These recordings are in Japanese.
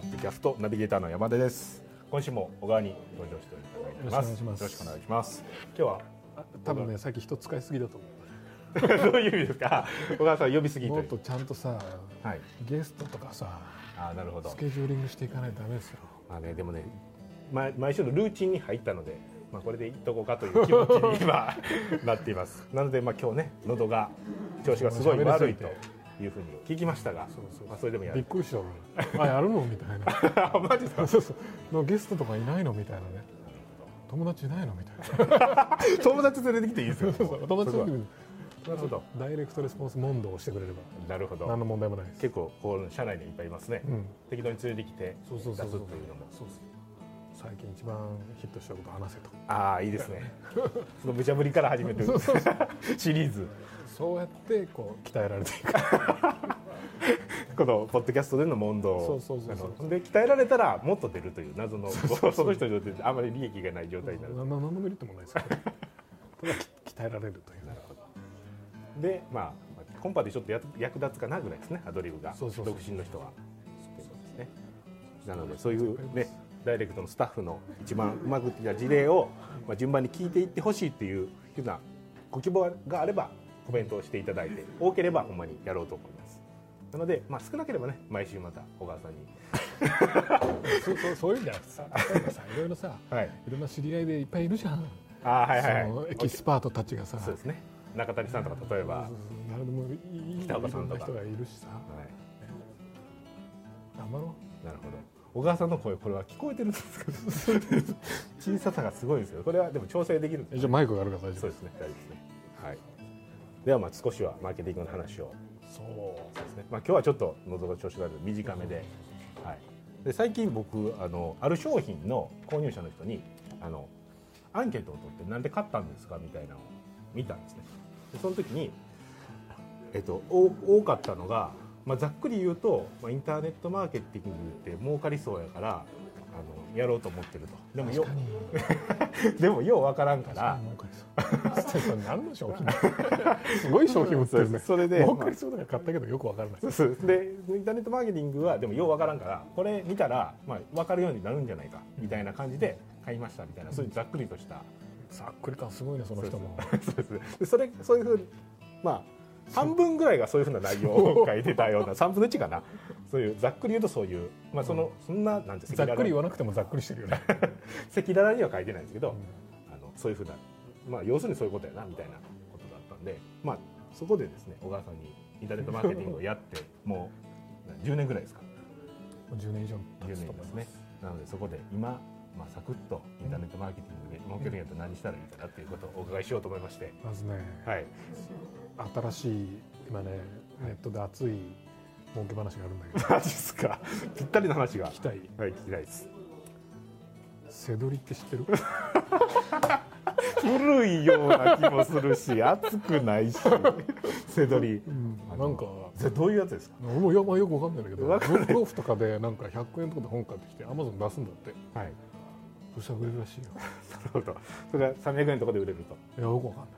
データの山出です今週も小川に登場していただいてますよろよろししくくおお願願いします今日はあ多分ねさっき人使いすぎだと思 どういう意味ですか小川さん呼びすぎうともいっうとちゃんとさはいゲストとかさあーなるほどスケジューリングしていかないとダメですよまあねでもね毎毎週のルーチンに入ったのでまあこれでいっとこうかという気持ちに今 なっていますなのでまあ今日ね喉が調子がすごい悪いというふうに聞きましたがそうそうまあそれでもやびっるくりした俺 あやるのみたいあ マジですな そうそうのゲストとかいないのみたいなね友達いないのみた いな友達連れてきていいですよそう友達すのごい時になるほどダイレクトレスポンス問答をしてくれればなるほど何の問題もないです結構こう社内でいっぱいいますね、うん適当に連れてきてそ出うすそうとそうそういうのもそうそう最近一番ヒットしたこと話せとああいいですね その無茶ぶりから始めてる シリーズそうやってこう鍛えられていくこのポッドキャストでの問答をそうそうそうそうあので鍛えられたらもっと出るという謎の その人にとってあまり利益がない状態になるなな何のメリットもない ですけどただき鍛えられるというでまあコンパでちょっとや役立つかなぐらいですねアドリブがそうそうそう独身の人はですねなのでそういうねダイレクトのスタッフの一番うまくいった事例を、まあ、順番に聞いていってほしいっていうふうなご希望があればコメントをしていただいて多ければほんまにやろうと思いますなので、まあ、少なければね毎週また小川さんにそうそうそういうんじゃなくてさ 例えばさいろいろさはいいろんな知り合いでいっぱいいるじゃん、あーはいはいそはのいエキスパートたちがさそうですね中谷さんとか例えば、はそうそう誰でもいい北岡さんとかいろな人がいるしさ頑張ろい、なるほど小川さんの声これは聞こえてるんですか小ささがすごいんですよこれはでも調整できるんですうじゃあマイクがあるから大そ丈うですね大丈夫ですねはいではまあ少しはマーケティングの話を夫そうそうですねまあ今日はちょっと喉が調子があるので短めで,、はい、で最近僕あのある商品の購入者の人にあのアンケートを取ってなんで買ったんですかみたいなのを見たんですねでその時に、えっと、お多かったのが、まあ、ざっくり言うと、まあ、インターネットマーケティングって儲かりそうやからあのやろうと思ってるとでもよ確かに でもようわからんか確からに儲かりそうそれそれ何の商品だすごい商品売ってるそねうですそれで儲かりそうだから買ったけどよくわからないそうそうでインターネットマーケティングはでもようわからんからこれ見たら、まあ、分かるようになるんじゃないかみたいな感じで買いましたみたいなそういうざっくりとしたさっくり感すごいねその人もそうですねでそれそういうふうにまあ半分ぐらいがそういうふうな内容を書いてたような3分の1かなそういうざっくり言うとそういう、まあ、そのそんななんてざっくり言はわなくてもざっくりしてるよね赤裸々には書いてないんですけうど、んあのそういうふうな、まあ、要するにそういうことやなみたいなことだったんで、まあ、そこでですね小川さんにインターネットマーケティングをやってもう10年ぐらいですかもう10年以上10経つ年と思いでますすねなのでそこで今、まあ、サクッとインターネットマーケティングで儲けるんやったら何したらいいかなっていうことをお伺いしようと思いましてまずねはい新しい今ねネットで熱い儲け話があるんだけど マジっすかぴったりの話が聞きたいはい聞きたいですセドリって知ってる古いような気もする し熱くないしせどりうんあのなんかそれどういうやつですか俺もよ,、まあ、よくわかんないんだけどブわかんないックオフとかでなんか100円とかで本買ってきてアマゾン出すんだってはいそしたら売れるらしいよなるほどそれが300円とかで売れるといやよくわかんない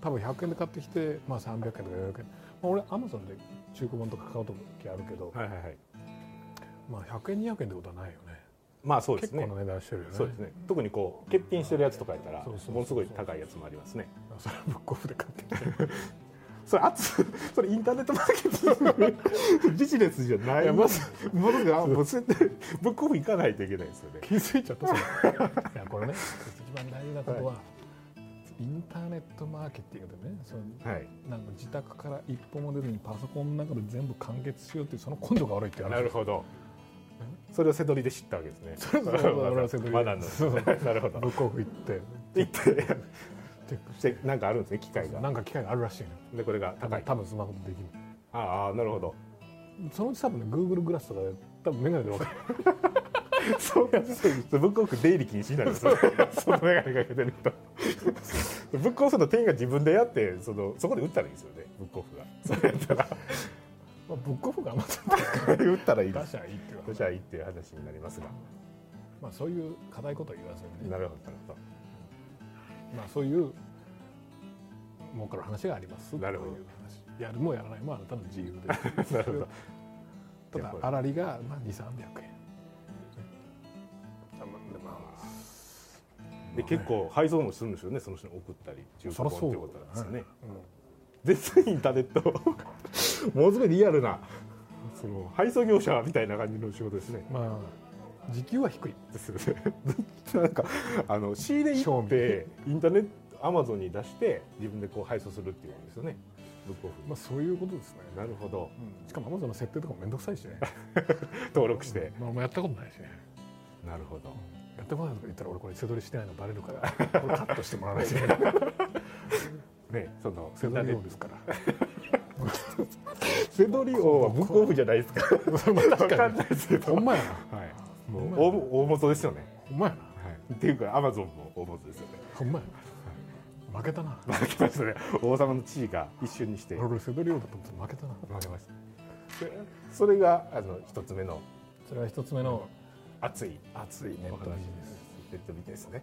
多分100円で買ってきて、まあ、300円とか400円、まあ、俺アマゾンで中古本とか買う時あるけど、はいはいはいまあ、100円200円ってことはないよねまあそうです結ね構な値段してるよねそうですね特にこう欠品してるやつとかやったらそうそうそうものすごい高いやつもありますねそれはブックオフで買ってきてそれ熱それインターネットマーケティング ビジネスじゃないいやままずまずあもう そうやってブックオフ行かないといけないですよね気づいちゃったそれいやこれね一番大事なことは、インターネットマーケティングでねそのはいなんか自宅から一歩も出ずにパソコンの中で全部完結しようっていうその根性が悪いって話なるほどそれをセドリで知ったわけですねそうそうそう俺はセドリでまだのそうそうなるほどブックオフ行って行ってチェッしてなんかあるんですね機械がなんか機械があるらしいのよでこれが多高分い多分スマホでできるああなるほどそのうち多分ね Google グラスとかで多分眼鏡で分かるそうブックオフ出入り禁止になるんですよその眼鏡かけてるとブックオフの店員が自分でやってそのそこで売ったらいいですよねブックオフがそれやったらまあブックオフがまた 売ったらいいで出すしゃいいっていうそ話したらいいっていう話になりますがまあそういう硬いことは言わずにねなるほどなるほどまあそういう儲かる話がありますなるほどという話やるもやらないもあなたの 自由でなるほどただあらりがまあ2300円で結構配送もするんですよねその人に送ったり中そら古そ本うってだよこねとなんですよね絶うん対インターネット ものすごいリアルなその配送業者みたいな感じの仕事ですねまあ時給は低いですよね なんかあの仕入れ行賞っ味てインターネットアマゾンに出して自分でこう配送するっていうことですよねブックオフにまあそういうことですね、なるほどうん、しかも Amazon の設定とかもめんどくさいしね登録して、まあ、もうやったことないしねなるほどやったことないとか言ったら俺これ背取りしてないのバレるからこれカットしてもらわないといけないねその背取り用ですからセドリオはブックオフじゃないですか分かんないですけど ほんまやなはいもう大大元ですよね、ほんまやなはい、っていうかアマゾンも大元ですよねほんまやな負けたな負けましたね王様の地位が一瞬にして負俺背取り用だと思って負けたなけましたそれがあの一つ目のそれは一つ目の熱い熱いネおット話ビでジネすネットビジネスね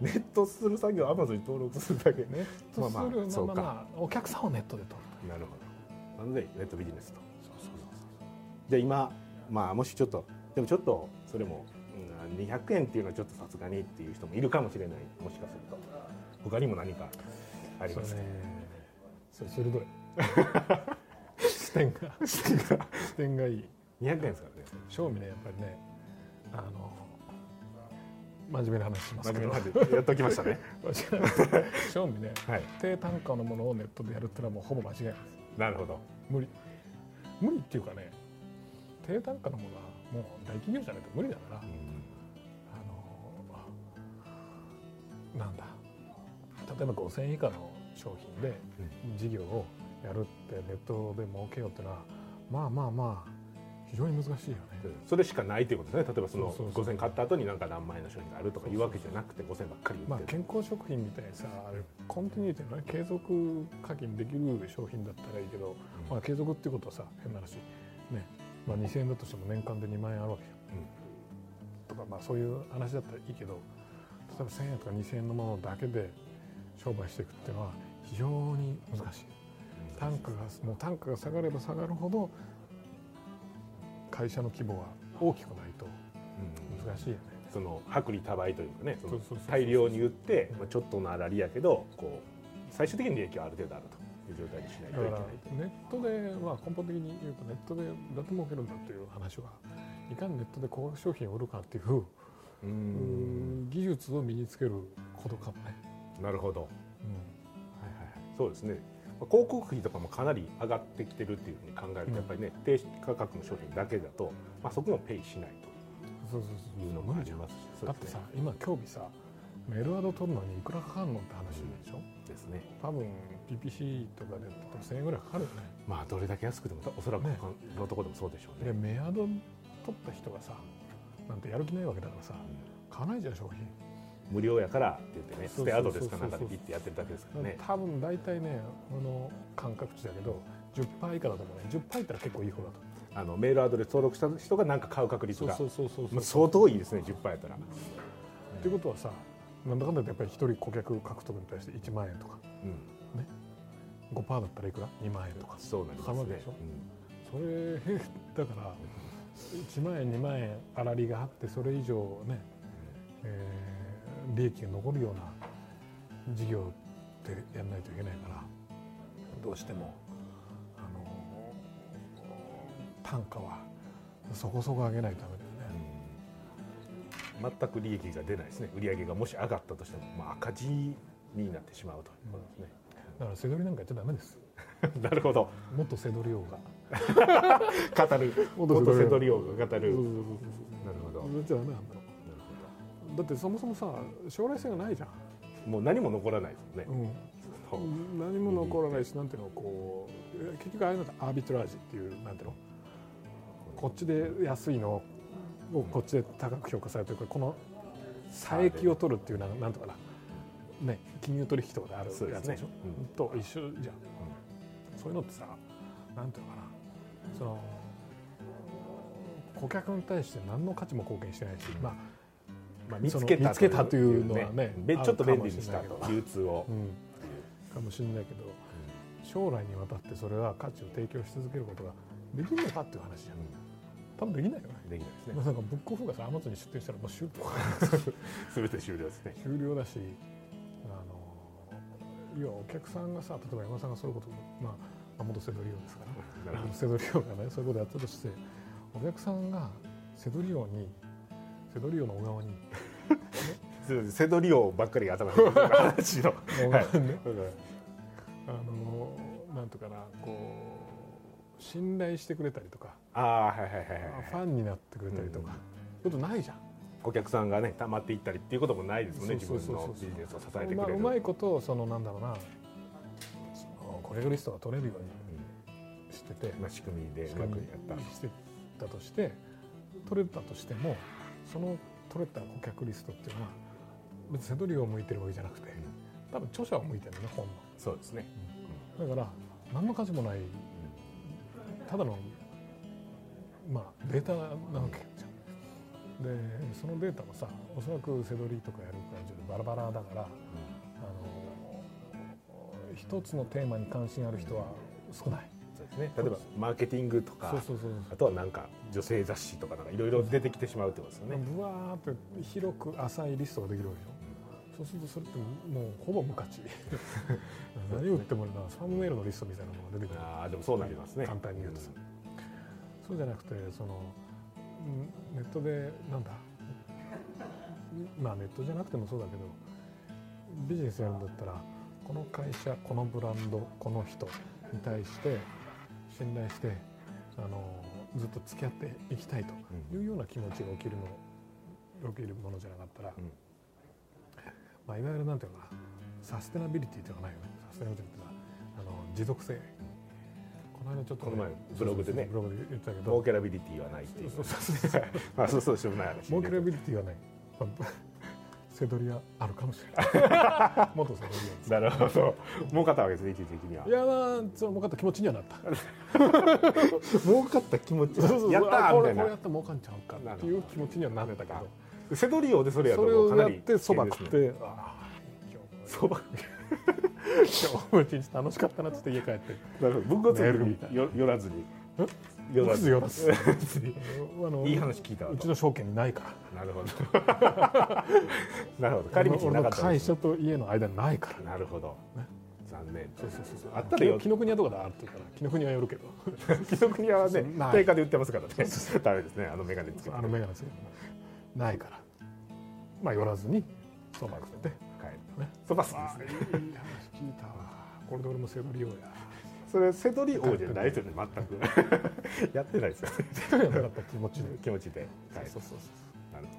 ネットする作業アマゾンに登録するだけねスまあまあまあまあそうかまあまあお客さんをネットで取るなるほどなのでネットビジネスとじゃあ今まあもしちょっとでもちょっとそれも、うん、200円っていうのはちょっとさすがにっていう人もいるかもしれないもしかすると他にも何かありますそかれねそれ鋭い視点が視点がいい200円ですからね正味ねやっぱりねあの真面目な話します真け面目どな話でやっときました ね真面目な話正味ねはい低単価のものをネットでやるってのはもうほぼ間違いないですなるほど無理無理っていうかね低単価のものはもう大企業じゃないと無理だからあのなんだ例えば5,000円以下の商品で事業をやるってネットで儲けようってのはまあまあまあ非常に難しいよね。それしかないということですね例えばそのそうそうそう5000買った後に何か何万円の商品があるとかいうわけじゃなくて5000ばっかりま売あってる、健康食品みたいにさあれコンティニューティのね継続課金できる商品だったらいいけど、うんまあ、継続っていうことはさ変な話ね、まあ、2,000円だとしても年間で2万円あるわけじゃんとか、まあ、そういう話だったらいいけど例えば1,000円とか2,000円のものだけで商売していくっていうのは非常に難しいうん単価がもう単価が下がれば下がるほど会社の規模は大きくないとうん難しいよね、その薄利多売というかねそのそうそうそうそう大量に売って、まあ、ちょっとの粗利やけどこう最終的に利益はある程度あるという状態にしないといだけかないらネットで、まあ、根本的に言うとネットでどうやって儲けるんだという話はいかにネットで高額商品を売るかっていううーん技術を身につけることかもね、なるほど、うんそうですねまあ広告費とかもかなり上がってきてるっていうふうに考えるうんとやっぱりね低価格の商品だけだと、まあ、そこもペイしないそうそうというそのうも無あ理りじゃんますしだってさ今興味さメールアド取るのにいくらかかるのって話でしょ、そうですね多分 PPC とかで1000円ぐらいかかるよねまあどれだけ安くてもおそらくね他のところでもそうでしょうねでメアド取った人がさなんてやる気ないわけだからさ買わないじゃん商品無料やからって言ってねそスうそうそうそうテアドレスかなんかでピッてやってるだけですからね多分大体ねこの感覚値だけど10%以下だと思うね10%いったら結構いい方だとあのメールアドレス登録した人が何か買う確率思うがそうそうそうそうまあ、相当いいですね10%やったら、ってことはさなんだかんだでやっぱり1人顧客獲得に対して1万円とかうん、 5%だったらいくら2万円とかそうなんです買うわけねでしょそれだから1万円2万円粗利があってそれ以上ね、えー利益が残るような事業ってやんないといけないからどうしてもあの単価はそこそこ上げないとダメだよね。うん全く利益が出ないですね売上がもし上がったとしても、まあ、赤字になってしまうということですね、だから背取りなんかやっちゃダメです。 なるほどもっと背取りようが。語る元瀬戸利用が語る、なるほどそうなるそうそうそうじゃあダメなんだよだってそもそもさ将来性がないじゃん。ほどもう何も残らないですもんね、うんそう何も残らないしなんていうのこう結局ああいうのってアービトラージっていうなんていうのこっちで安いのをこっちで高く評価されてるからこの差益を取るっていうなんなんとかな、ね、金融取引とかであるやつそうでしょですねうんと一緒じゃん、そういうのってさなんていうのかなその顧客に対して何の価値も貢献してないし、まあまあ見つけたその見つというのはねべちょっと便利にしたあるかともしれないけど流通を、うん、かもしれないけど将来にわたってそれは価値を提供し続けることができるのかっていう話じゃん、多分できないよねできないですね まさかブックオフがさアマゾンに出店したらもう終了全て終了ですね終了だしあの要はお客さんがさ例えば山田さんがそういうことまあ元セドリオですからなるほセドリオがねそういうことやったとしてお客さんがセドリオにセドリオの小川にどセドリオばっかり頭に出てくる 話のは小川いにねあのなんとかなこう信頼してくれたりとかああはいはいはいフはいァンになってくれたりとか、ちょっとないじゃんお客さんがね溜まっていったりっていうこともないですもんね自そう分そうそうそのうビジネスを支えてくまあれるうまいことそのなんだろうなそのコレグリストが取れるよううにしてて、んまあ仕組みでうまくやったしてたとして取れたとしてもその取れた顧客リストっていうのは別にセドリを向いてるわけじゃなくて多分著者を向いてるのね本そうですねのだから何の価値もないうんただのまあデータなわけじゃんでそのデータもさおそらくセドリとかやる会場でバラバラだからあの一つのテーマに関心ある人は少ないそうですね例えばマーケティングとかそうそうあとはなんか女性雑誌とかなんかいろいろ出てきてしまうってことですよねブワーって広く浅いリストができるわけよそうするとそれってもうほぼ無価値 何を言ってもなスパムメールのリストみたいなのが出てくるああでもそうなりますね簡単に言うとさそうじゃなくてそのんネットでなんだまあネットじゃなくてもそうだけどビジネスやるんだったらこの会社このブランドこの人に対して信頼してあのずっと付き合っていきたいとういんうような気持ちが起きるの起きるものじゃなかったら、うんまあ、いわゆるなんていうのかなサステナビリティというのがないよねサステナビリティってのはあの持続性この間ちょっとね、この前ブログでねそうそうブログで言ってたけど儲けラビリティはないっていうそうそうそう まあそうそうしょうもない話儲けラビリティはね、まあ、セドリアあるかもしれない元セドリアですなるほど儲かったわけですね一時的にはいやまあその儲かった気持ちにはなった儲かった気持ちやったーあこみたいれこれやなったら儲かんちゃうかっていう気持ちにはなったけなるどセドリオでそれやるそれとかをなやっりてそば危食険っですねてああそば今日も一日楽しかったなっつって家帰ってなるほど文庫通寝るみたいによ寄らずに寄まずよらず あのいい話聞いたわうちの証券にないからなるほど なるほど帰り道な俺のかったで会す社と家の間にないからなるほどね残念そうそうそうそうあったらよ紀ノ国屋とかだあるって言うから紀ノ国屋寄るけど 紀ノ国屋はねない定価で売ってますからねダメですねあのメガネつけてあの眼鏡ですよないからまあ寄らずにそば食って帰るねそば好きああでいすいね話聞いたわこれで俺もセド リオやそれセドリ王じゃないですよね 全くやってないですよねセドリオなかった気持ちで気持ちで帰るそうそうそうなるほど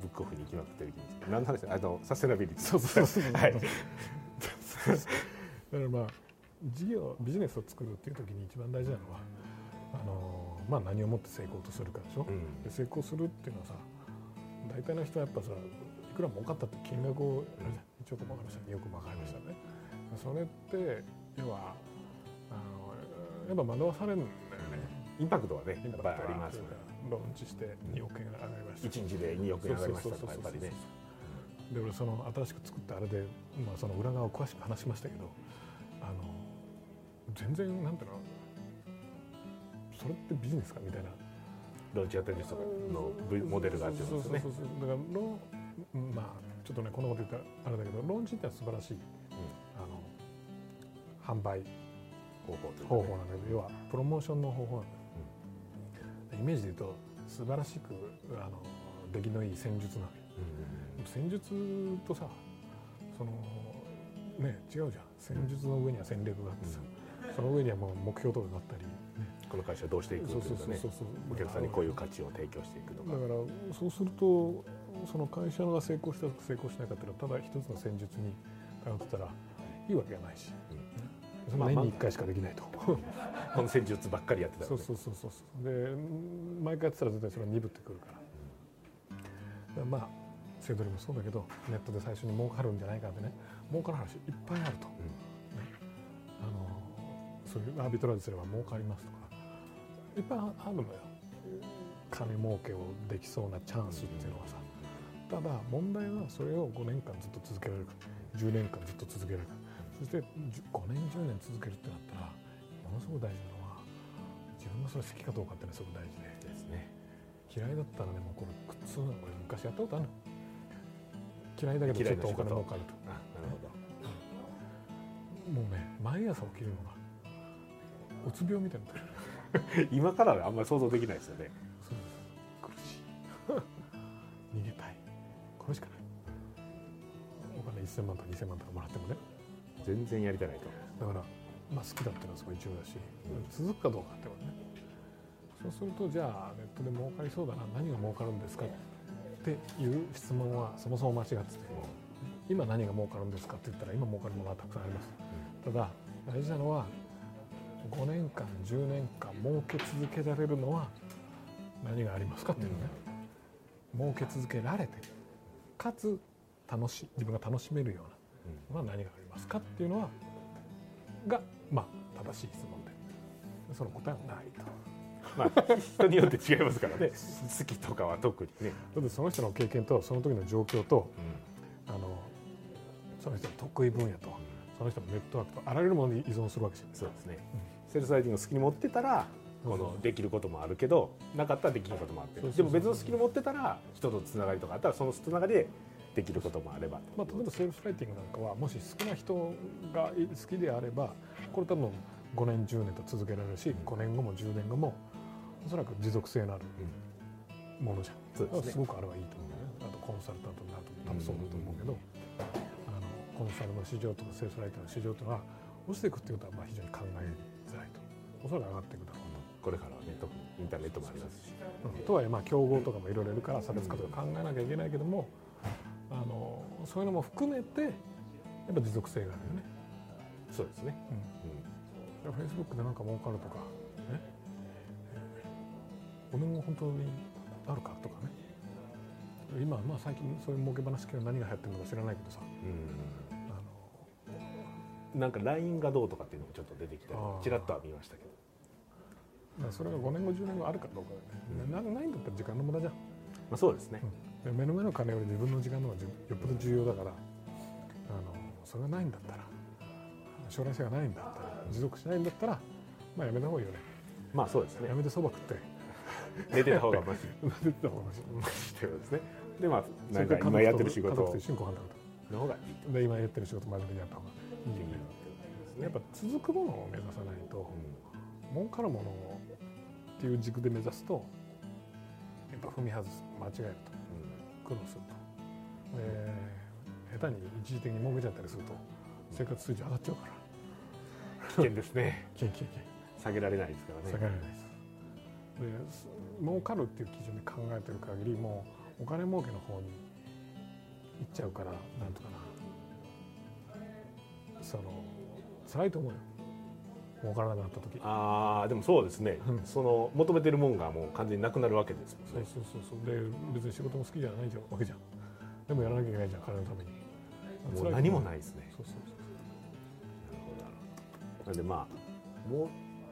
ブックオフに行きまくってる気持ち何の話あのサステナビリティそうそうそうはいだからまあ事業ビジネスを作るっていう時に一番大事なのはあのまあ何をもって成功とするかでしょ、うんで成功するっていうのはさ大体の人はやっぱさいくら儲かったって金額を1億もかりました2億もかりましたねそれって要はあのやっぱ惑わされるんだよねインパクトはねやっぱりありますよねローンチして2億円上がりました一日で2億円上がりましたとかやっぱりねで俺その新しく作ったあれで、まあ、その裏側を詳しく話しましたけどあの全然なんていうのそれってビジネスかみたいなローンチやってる人のブモデルがあってまそうすそうねそうそうだからローンまあちょっとねこんなこと言ったらあれだけどローンチってのは素晴らしいあの販売方法というか方ね法なんだけど要はプロモーションの方法なんだよイメージで言うと素晴らしくあの出来のいい戦術なわけ戦術とさそのね違うじゃん戦術の上には戦略があってさ、その上にはもう目標とかがあったり、うんこの会社どうしていくそうといそううかそうねそうそうお客さんにこういう価値を提供していくとだかからそうするとその会社が成功したか成功しなかったらただ一つの戦術に頼ってたらいいわけがないし、その年に1回しかできないと、この戦術ばっかりやってたらそうねそうそうそうそうでうん毎回やってたら絶対それは鈍ってくるから,、まあセドリもそうだけどネットで最初に儲かるんじゃないかってね儲かる話いっぱいあると、ねあのそういうアービトラージすれば儲かりますとかいっぱいあるのよ金儲けをできそうなチャンスっていうのはさただ問題はそれを5年間ずっと続けられるか10年間ずっと続けられるかそしてじゅ5年10年続けるってなったらものすごく大事なのは自分がそれ好きかどうかってのはすごく大事でですね嫌いだったらねもうこれ苦痛なの俺昔やったことあるの嫌いだけど嫌ちいょっなとお仕事金儲かるとあなるほどもうね毎朝起きるのがうつ病みたいになってくる今からはあんまり想像できないですよねそうです苦しい 逃げたいこれしかないお金1000万とか2000万とかもらってもね全然やりたないとだから、まあ、好きだっていうのはすごい一応だし、続くかどうかってことねそうするとじゃあネットで儲かりそうだな何が儲かるんですかっていう質問はそもそも間違ってて今何が儲かるんですかって言ったら今儲かるものはたくさんあります、ただ大事なのは5年間10年間儲け続けられるのは何がありますかっていうのね、儲け続けられてかつ楽しい自分が楽しめるようなのは何がありますかっていうのはが、まあ、正しい質問でその答えはないとまあ人によって違いますからね好きとかは特にね、だってその人の経験とその時の状況とうあのその人の得意分野とその人のネットワークとあらゆるものに依存するわけじゃないんそうですね、セールスライティングを好きに持ってたらこのできることもあるけどなかったらできることもあってそうそうでそうも別のスキル持ってたら人とつながりとかあったらそのつながりでできることもあればとまあ、例えばセールスライティングなんかはもし好きな人が好きであればこれ多分5年10年と続けられるし5年後も10年後もおそらく持続性のあるものじゃん、そうですねすごくあれはいいと思うねあとコンサルタントになると多分そうだと思うけど、あのコンサルの市場とかセールスライティングの市場というのは落ちていくっていうことはまあ非常に考えづらいとおそらく上がっていくだろうこれからはね特にインターネットもありますしとはいえまあ競合とかもいろいろいるから差別化とか考えなきゃいけないけどもあのそういうのも含めてやっぱ持続性があるよね。そうですね、フェイスブックでなんか儲かるとか、ね、5年後本当になるかとかね今、まあ、最近そういう儲け話系は何が流行ってるのか知らないけどさうんあのうんなんか LINE がどうとかっていうのもちょっと出てきてあーちらっとは見ましたけどまあそれが5年後10年後あるかどうかだよね、なないんだったら時間の無駄じゃん、まあ、そうですね、で目の前の金より自分の時間の方がじゅよっぽど重要だからあのそれがないんだったら将来性がないんだったら持続しないんだったらまあやめた方がいいよねまあそうですねやめてそば食って寝てた方がマシ出てた方がいいしマシってことですねでまあそなれんかから家族と今やってる仕家族と事一緒にご飯食べたの方がいいとで今やってる仕事真面目にやった方がいいいようねですねやっぱ続くものを目指さないと儲かるものをっていう軸で目指すとやっぱ踏み外す間違えると苦労するとで下手に一時的に儲けちゃったりすると生活水準上がっちゃうから危険ですねキンキンキン 下げられないですか下らがねらないですです儲かるっていう基準で考えてる限りもうお金儲けの方に行っちゃうからなんとかなその辛いと思うよ儲からなくなった時ああでもそうですね、うんその求めてるもんがもう完全になくなるわけですもそんうねそうそうそうで別に仕事も好きじゃないじゃんわけじゃんでもやらなきゃいけないじゃん金のためにもう何もいないですねそうそうそうなんでまあも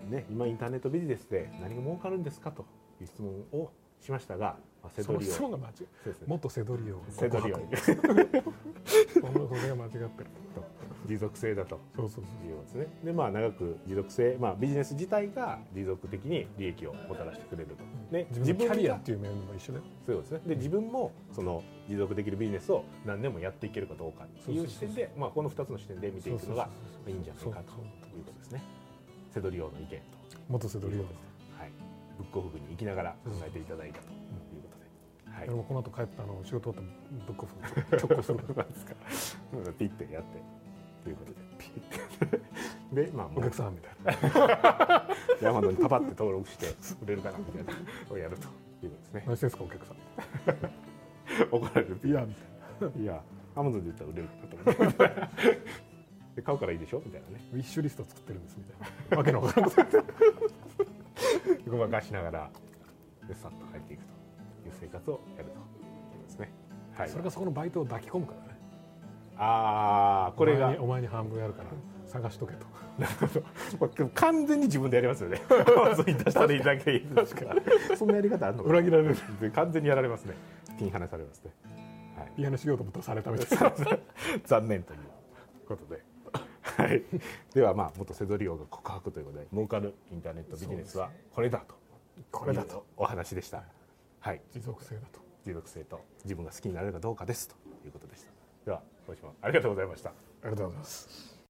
うね今インターネットビジネスで何が儲かるんですかという質問をしましたが、まあ、セそドのリを質そう問が間違えですねもっとセドリをセドリを告白そのそれが間違ってる持続性だとそうそうそういうことですねでまあ長く持続性、まあ、ビジネス自体が持続的に利益をもたらしてくれると、ね自分のキャリアがっていう面も一緒だよそういうことですねで自分もその持続できるビジネスを何年もやっていけるかどうかっていう視点で、まあ、この2つの視点で見ていくのがいいんじゃないかということですね。セドリオの意見と、元セドリオはい、ブックオフに行きながら考えていただいたということで。はい俺もこの後帰ってあの仕事終わったらブックオフ直行するからなんですか うんピッてやってということでピッてでまあもお う客さんみたいなヤマトにパパって登録して売れるかなみたいなのをやるということですね何してんすかお客さん怒られるいやみたいいやアマゾンで言ったら売れるかなと思って で買うからいいでしょみたいなねなウィッシュリスト作ってるんですみたいなわけのわからんことやってごまかしながらでさっと帰っていくという生活をやるということですね。はい、それがそこのバイトを抱き込むからねああこれおが前にお前に半分やるから探しとけとこれ完全に自分でやりますよ ね。そういった人でいただけですから。そんなやり方あるのかな裏切られるで完全にやられますね。ピン離されますね。はい家のしようと思ったらされたみたいな残念ということで、はい、ではまあ元セドリオが告白ということで儲かるインターネットビジネスはこれだとこれだとお話でしたはい持続性だと。持続性と自分が好きになれるかどうかですということでしたでは小島ありがとうございましたありがとうございます。